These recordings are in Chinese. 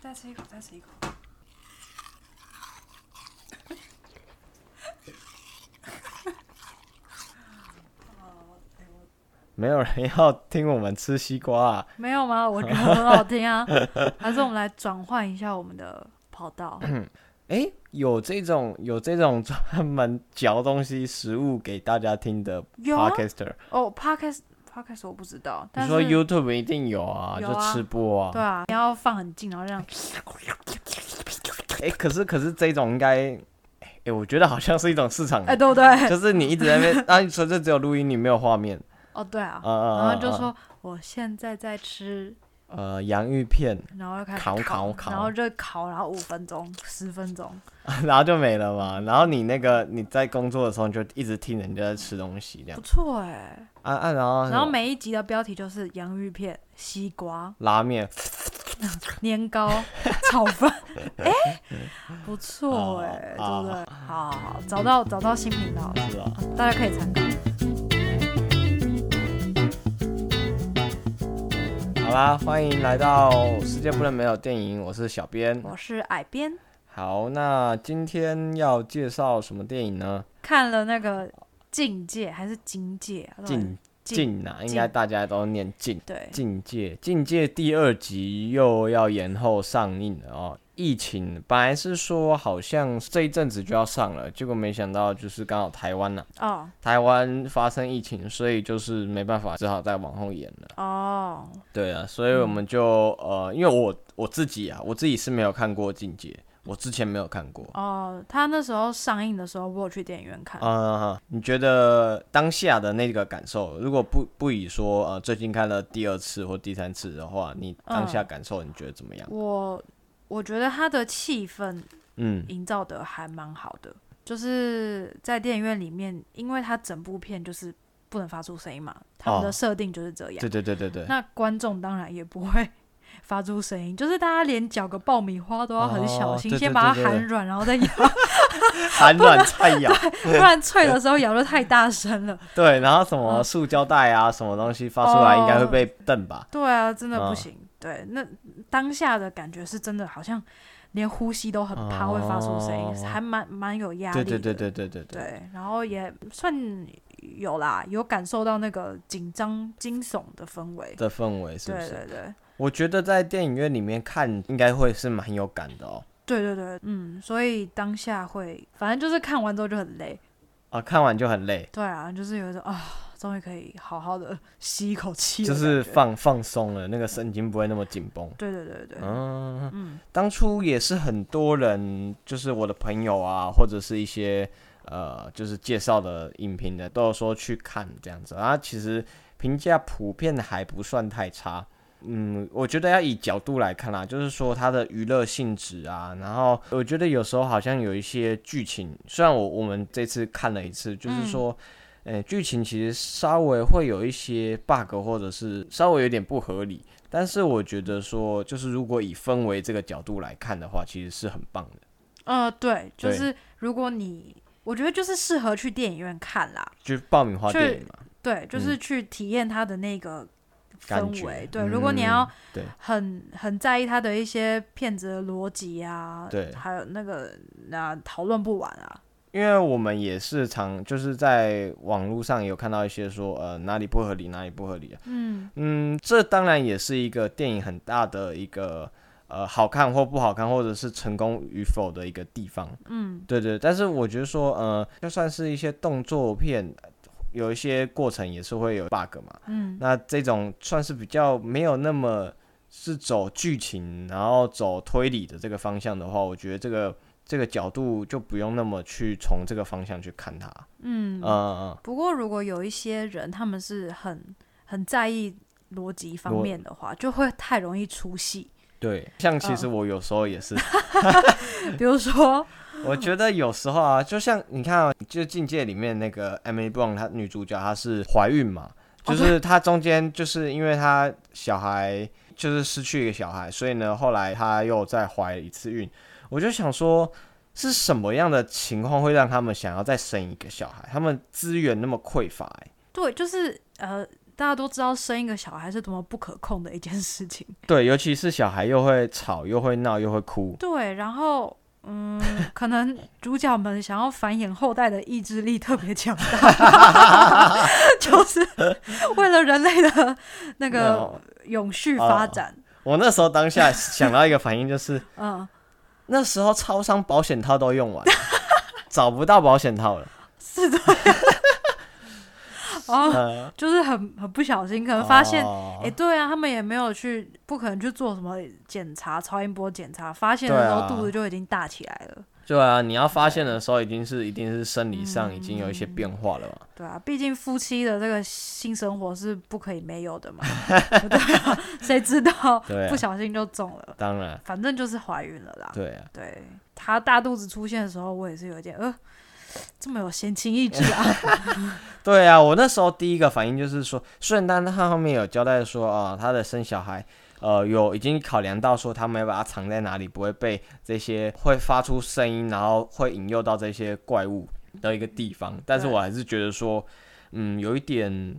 再吃一口，再吃一口。没有人要听我们吃西瓜啊！ 没有吗？我觉得很好听啊，还是我们来转换一下我们的跑道。 诶，有这种有这种专门嚼东西食物给大家听的有啊 podcaster，、哦，podcast podcast 我不知道，但你是说 YouTube 一定有啊，有啊就吃播啊。对啊，你要放很近，然后这样。诶，可是可是这种应该，诶，我觉得好像是一种市场，哎、对不对？就是你一直在那边， 啊，你说这只有录音，你没有画面，哦，对啊啊，啊啊然后就啊说我现在在吃，呃，洋芋片， 然后就开始烤烤烤然后就烤，然后五分钟、十分钟，然后就没了嘛。然后你那个你在工作的时候，你就一直听人家在吃东西这样不，错哎、啊啊，然后然后每一集的标题就是洋芋片、西瓜、 拉面，年糕、 炒 饭，哎、不错哎、啊对不对？好好好，找到找到新频道了，是啊，大家可以参考。好啦，欢迎来到《世界不能没有电影》，我是小编。我是矮边，好，那今天要介绍什么电影呢？看了那个《境界》还是《境界》啊？对境境啊，应该大家都念境。对，境界，境界第二集又要延后上映了哦。疫情本来是说好像这一阵子就要上了，结果没想到就是刚好台湾呢、哦台湾发生疫情，所以就是没办法，只好再往后延了。哦，对啊，所以我们就、呃，因为我我自己啊，我自己是没有看过《境界》，我之前没有看过。哦，他那时候上映的时候，我有去电影院看。啊、你觉得当下的那个感受，如果不不以说呃最近看了第二次或第三次的话，你当下感受你觉得怎么样？我我觉得他的气氛嗯营造的还蛮好的，就是在电影院里面，因为他整部片就是不能发出声音嘛，他们哦的设定就是这样。对对对对对，那观众当然也不会发出声音， 就是大家连嚼个爆米花都要很小哦心，对先对把它对对含对软，然后再咬， 含软菜 肴，不然脆的时候咬的太大声 了。对，然后什么嗯塑胶袋啊，什么东西发出来应该会被瞪吧？对啊，真的不嗯行。对，那当下的感觉是真的，好像连呼吸都很怕会发出声音，哦还蛮蛮有压力对的。哦对对对对对对，对，然后也算有啦，有感受到那个紧张、惊悚的氛围。这氛围是不对是？对对我觉得在电影院里面看应该会是蛮有感的哦。对对对，嗯，所以当下会，反正就是看完之后就很累。啊，看完就很累，对啊，就是有一种啊，终于可以好好的 吸一口气的就感觉，是放放松了，那个神经不会那么紧绷。对对对对，嗯，嗯当初也是很多人，就是我的朋友啊，或者是一些呃，就是介绍的影评的，都有说去看这样子。然后其实评价普遍还不算太差。嗯，我觉得要以角度来看啦、就是说它的娱乐性质啊，然后我觉得有时候好像有一些剧情，虽然我我们这次看了一次，就是说，呃、剧情其实稍微会有一些 bug，或者是稍微有点不合理，但是我觉得说，就是如果以氛围这个角度来看的话，其实是很棒的，呃，对，就对是如果你，我觉得就是适合去电影院看啦，就是爆米花电影嘛，对，就是去体验它的那个嗯感氛围觉。。对，如果你嗯要对很很在意它的一些片子的逻辑啊，对还有那个那讨论不完啊，因为我们也是常就是在网络上有看到一些说，呃，哪里不合理，哪里不合理、啊。嗯，嗯，这当然也是一个电影很大的一个呃好看或不好看，或者是成功与否的一个地方。嗯，对对。但是我觉得说，呃，就算是一些动作片，有一些过程也是会有 bug 嘛。嗯，那这种算是比较没有那么是走剧情，然后走推理的这个方向的话，我觉得这个。这个角度就不用那么去从这个方向去看它，嗯，呃，不过如果有一些人他们是很很在意逻辑方逻面的话，就会太容易出戏。对，像其实我有时候也是比如说，我觉得有时候啊，就像你看、啊，就《境界》里面那个 Emily Blunt，她女主角她是怀孕嘛，哦就是她中间就是因为她小孩就是失去一个小孩，所以呢，后来她又再怀一次孕。我就想说，是什么样的情况会让他们想要再生一个小孩？他们资源那么匮乏、欸，对，就是呃，大家都知道生一个小孩是多么不可控的一件事情。对，尤其是小孩又会吵，又会闹，又会哭。对，然后嗯，可能主角们想要繁衍后代的意志力特别强大， 就是为了人类的那个哦永续发展。我那时候 当下想到一个反应，就是嗯，那时候超商保险套都 用完了，找不到保险套了。是的。哦，呃，就是很很不小心，可能发现，哦哎、对啊，他们也没有去，不可能去做什么检查，超音波检查，发现对的时啊候肚子就已经大起来了。对啊，你要发现的时候，已经是一定是生理上已经有一些变化了嘛。对啊，毕竟夫妻的这个性生活是不可以没有的嘛。 对啊，谁知道对啊不小心就中了，当然，反正就是怀孕了啦。对啊，对，她大肚子出现的时候，我也是有一点呃，这么有闲情逸致 啊。对啊，我那时候第一个反应就是说，虽然但他后面有交代说啊、他的生小孩，呃，有已经考量到说他们要把它藏在哪里，不会被这些会发出声音，然后会引诱到这些怪物的一个地方，但是对我还是觉得说，嗯，有一点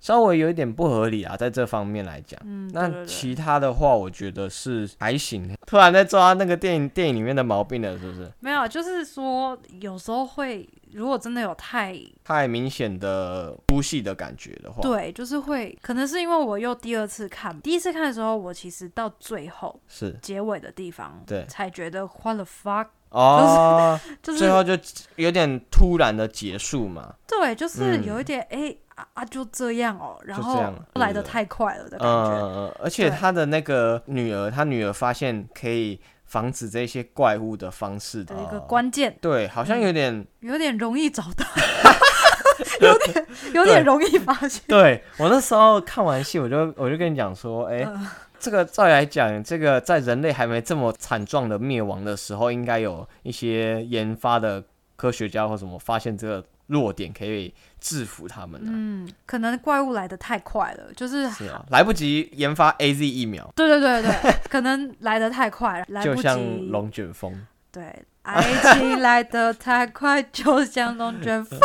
稍微有一点不合理啊，在这方面来讲。嗯，对那对对。其他的话，我觉得是还行。突然在抓那个电影电影里面的毛病了，是不是？没有，就是说有时候会，如果真的有太太明显的出戏的感觉的话，对，就是会，可能是因为我又第二次看，第一次看的时候，我其实到最后是结尾的地方，对才觉得 what the fuck，哦，就是最后就有点突然的结束嘛。对，就是嗯有一点哎、诶啊啊，就这样哦，然就这后样了来对的对太快了的感嗯觉。嗯，嗯而且对他的那个女儿，他女儿发现可以防止这些怪物的方式的一个哦关键，对，好像有点，有点容易找到， 有点有点对容易发现。对我那时候看完戏，我就我就跟你讲说， 哎、嗯这个照理来讲，这个在人类还没这么惨状的灭亡的时候，应该有一些研发的科学家或什么发现这个弱点，可以制服他们、啊。嗯，可能怪物来的太快了， 就是是啊，来不及研发 A Z 疫苗，对对对对，可能来的太快， 来就不像及。龙卷 风。对，爱情来的太快，就像龙卷 风。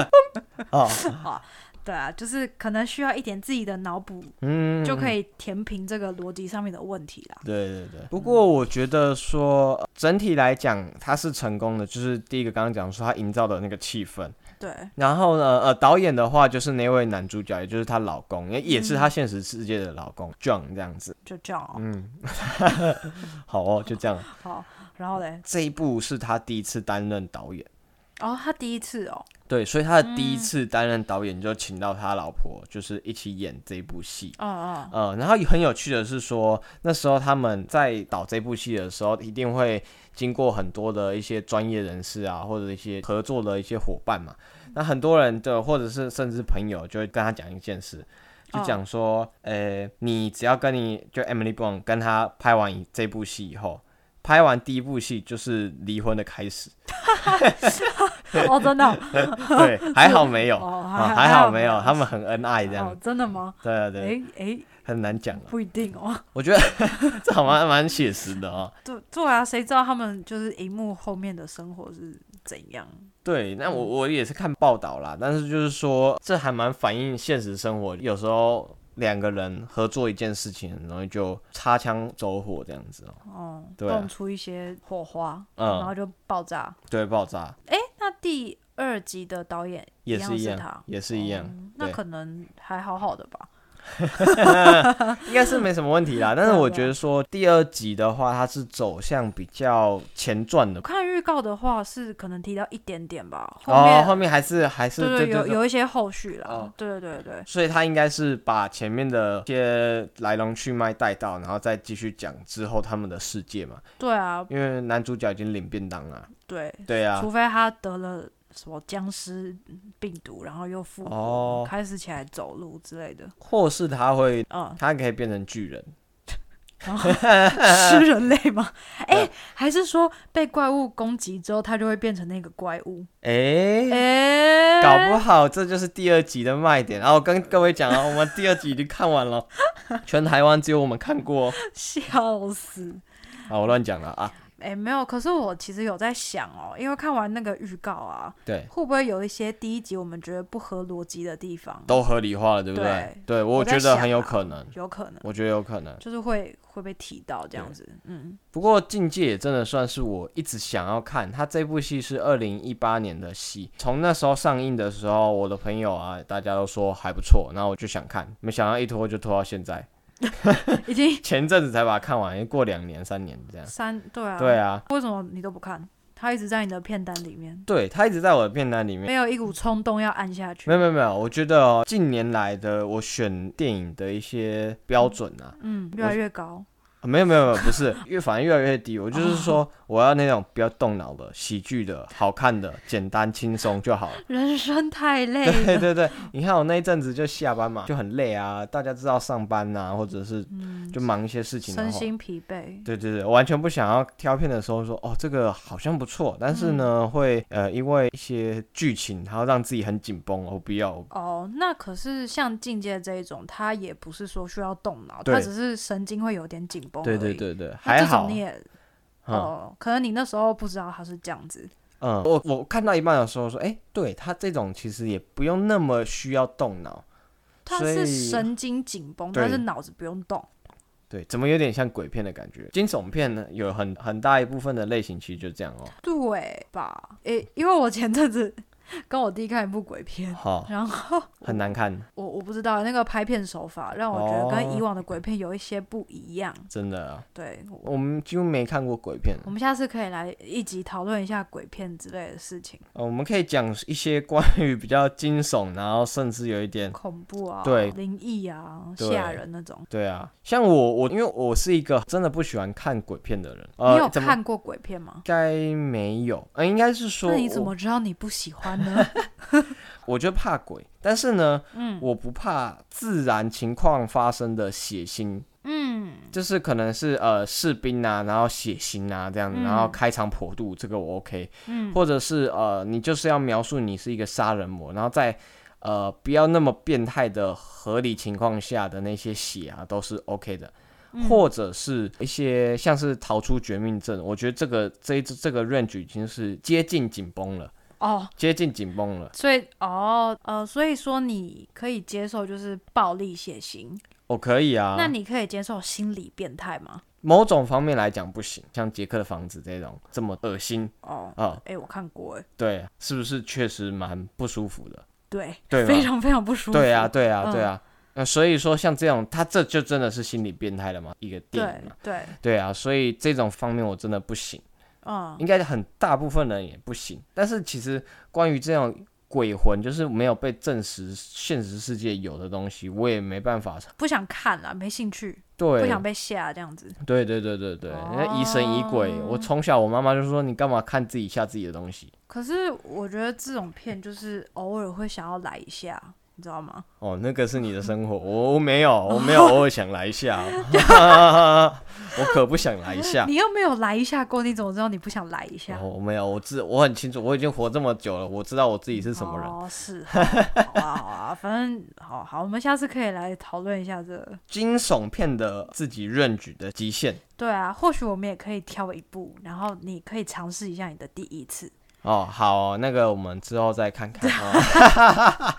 哦，对啊，就是可能需要一点自己的脑补，嗯，就可以。以填平这个逻辑上面的问题啦。对对对，不过我觉得说呃整体来讲，它是成功的，就是第一个刚刚讲说它营造的那个气氛，对，然后呢，呃，导演的话就是那位男主角，也就是她老公，也也是她现实世界的老公、John 这样子。就这样、哦。嗯，好哦，就这样。好，然后嘞，这一部是他第一次担任导演，哦，他第一次哦，对，所以他的第一次担任导演就请到他老婆，就是一起演这部戏。哦哦，呃，然后很有趣的是说，那时候他们在导这部戏的时候，一定会经过很多的一些专业人士啊，或者一些合作的一些伙伴嘛。嗯那很多人的，或者是甚至朋友，就会跟他讲一件事，就哦讲说，呃、你只要跟你就 Emily Blunt 跟他拍完一这部戏以后，拍完第一部戏就是离婚的开 始。哦，真的 哦，对，还好没有，哦还啊，还还好好没没有，有他们很恩爱这样哦。，真的吗？对对对，诶诶，很难讲啊。不一定哦。 我觉得 这好蛮蛮写实的哦。对对啊，谁知道他们就是荧幕后面的生活是怎样？对，那嗯我我也是看报道啦，但是就是说，这还蛮反映现实生活，有时候两个人合作一件事情，很容易就擦枪走火这样子哦。哦，对啊蹦出一些火花，然后嗯，就爆炸。对，爆炸那第二集的导演也样一是样他，，也是一样，嗯那对可能还好好的吧。应该是没什么 问题啦。但是对啊我对啊觉得说第二集的话，它是走向比较前传的我。看预告的话是可能提到一点点吧， 后哦，面后面还是还是对对对有有一些后续啦哦。对对对对，所以他应该是把前面的一些来龙去脉带到，然后再继续讲之后他们的世界嘛。对啊，因为男主角已经领便当了，对，对啊除，非他得了什么僵尸病毒，然后又复活，哦开始起来走路之类的，或是他会，，嗯 他可以变成巨人，然后吃人类吗？哎、还是说被怪物攻击之后，他就会变成那个怪物？ 哎、哎、搞不好这就是第二集的卖点。然后我跟各位讲啊，我 们第二集已经看完 了，全台湾只有我们看过哦。笑死！啊，我乱讲了啊，哎、没有，可是我其实有在想哦，因为看完那个预告啊，对，会不会有一些第一集我们觉得不合逻辑的地方？都合理化了，对不对对？对，我我在觉得想很有啊可能，有可能，我觉得有可能。就是会会被提到这样对子。嗯，不过《境界》也真的算是我一直想要看。他这部戏是二零一八年的戏，从那时候上映的时候，我的朋友啊，大家都说还不错，然后我就想看，没想到一拖就拖到现在，嗯已 经前阵子才把它看完，过两年三年这样。三对啊，对，啊，为什么你都不看？它一直在你的片单里面，对他一直在我的片单里面。没有一股冲动要按下去没。有没有没有，我觉得、哦、近年来的我选电影的一些标准啊，嗯，越来越高。啊没有没有没有，不是 越反正越来越低。我就是哦说，我要那种不要动脑的、喜剧的、好看的、简单轻松就好了。人生太累了。对对对，你看我那一阵子就下班嘛，就很累啊。大家知道上班呐、或者是 嗯，就忙一些事情的身话，心疲惫。对对对，我完全不想要挑片的时候说，哦，这个好像不错，但是呢，会呃因为一些剧情，然后让自己很紧绷。我不要，哦，那可是像境界这一种，它也不是说需要动脑，对它只是神经会有点紧绷。对对，对对，那还这种好你。也嗯哦，可能你那时候不知道它是这样子。嗯，我我看到一半的时候说，哎、对他这种其实也不用那么需要动脑，它所是以神经紧绷，对但是脑子不用动。对，怎么有点像鬼片的感觉？惊悚片呢，有很很大一部分的类型其实就这样哦。对吧？诶、因为我前阵子 跟我弟看一部鬼片，好、然后很难看，我我不知道那个拍片手法让我觉得哦跟以往的鬼片有一些不一样。真的啊。对，我我们几乎没看过鬼片，我们下次可以来一集讨论一下鬼片之类的事情，呃我们可以讲一些关于比较惊悚，然后甚至有一点，恐怖啊，对灵异啊，对吓人那种。对啊，像我我因为我是一个真的不喜欢看鬼片的人，你有呃，怎么看过鬼片吗应？该没有，呃，应该是说那你怎我么知道你不喜欢 呢？我就怕鬼，但是呢，嗯我不怕自然情况发生的血腥，嗯，就是可能是呃士兵啊，然后血腥啊这样子，嗯然后开肠破肚，这个我 OK，嗯或者是呃你就是要描述你是一个杀人魔，然后在呃不要那么变态的合理情况下的那些血啊都是 OK 的，嗯或者是一些像是逃出绝命镇，我觉得这个这一这个 range 已经是接近紧绷了，哦，接近紧绷了，所以哦呃，所以说你可以接受就是暴力血腥，我、可以啊。那你可以接受心理变态吗？某种方面来讲不行，像杰克的房子这种这么恶心哦，啊、哎、我看过，哎，对，是不是确实蛮不舒服的？对，对吧非常非常不舒服。对啊，，对啊，嗯对啊。那、所以说，像这种，他这就真的是心理变态了嘛，一个电对影嘛。对，对啊，所以这种方面我真的不行，嗯，应该很大部分人也不行。但是其实关于这种鬼魂，就是没有被证实现实世界有的东西，我也没办法。不想看了，没兴趣，对，不想被哦吓这样子。对对对对对，人家疑神疑鬼。我从小我妈妈就说，你干嘛看自己吓自己的东西？可是我觉得这种片就是偶尔会想要来一下，你知道吗？哦，那个是你的生活，我我没有，我 没有偶尔想来一下，哦 我可不想来一下。你又没有来一下过，你怎么知道你不想来一下？哦，我没有，我自我很清楚，我已经活这么久了，我知道我自己是什么人。哦， 是，好啊，好啊，反正好好，我们下次可以来讨论一下这个。惊悚片的自己认举的极限对啊，或许我们也可以挑一部，然后你可以尝试一下你的第一次。哦，好那个我们之后再看看啊、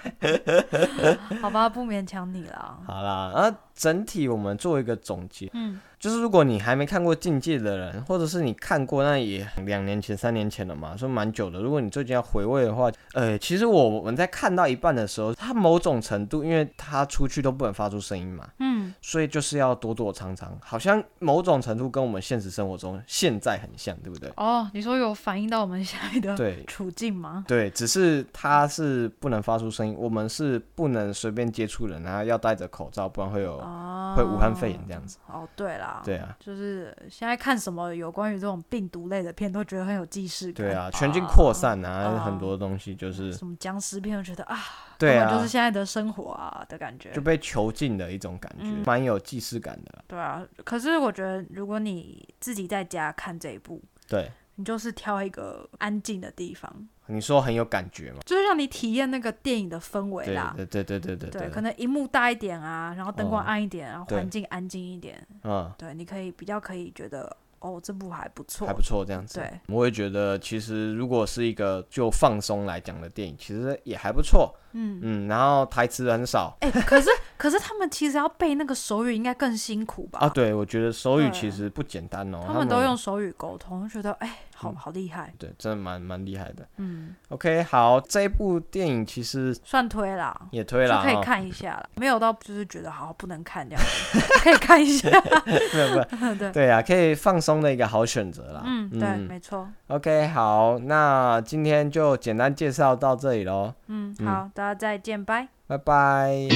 好吧，不勉强你了。好啦，那整体我们做一个总结，嗯，就是如果你还没看过《境界》的人，或者是你看过，那也两年前、三年前了嘛，说蛮久的。如果你最近要回味的话，呃，其实我我们在看到一半的时候，它某种程度，因为它出去都不能发出声音嘛，嗯，所以就是要躲躲藏藏，好像某种程度跟我们现实生活中现在很像，对不对？哦，你说有反映到我们现在的对处境吗？对，只是它是不能发出声音，我们是不能随便接触人，然后要戴着口罩，不然会有哦，会武汉肺炎这样子。哦，对啦，对啊。就是现在看什么有关于这种病毒类的片，都觉得很有既视感。对啊，全境扩散哦啊，很多东西就是什么僵尸片，我觉得啊，对根啊，本就是现在的生活啊的感觉就。被囚禁的一种感觉，嗯蛮有既视感的啦。对啊，可是我觉得如果你自己在家看这一部，对，你就是挑一个安静的地方，你说很有感觉嘛？就是让你体验那个电影的氛围啦。对对对对对对，对可能荧幕大一点啊，然后灯光哦暗一点，然后对环境安静一点，嗯，对，你可以比较可以觉得哦，这部还不错还，不错这样子。对，我也觉得其实如果是一个就放松来讲的电影，其实也还不错。嗯。嗯，然后台词很少哎、可是可是他们其实要背那个手语应该更辛苦吧？啊，对我觉得手语对其实不简单哦，他们都用手语沟通，就觉得哎、嗯好好厉害，对，真的蛮蛮厉害的。嗯， OK，好，这一部电影其实算推啦，也推就了可以哈，看一下啦，没有到就是觉得好不能看这样 子，可以看一下， 没有没有，对，对啊，可以放松的一个好选择啦。嗯，对，没错， OK，好，那今天就简单介绍到这里喽，嗯，嗯好，大家再见，拜。拜拜。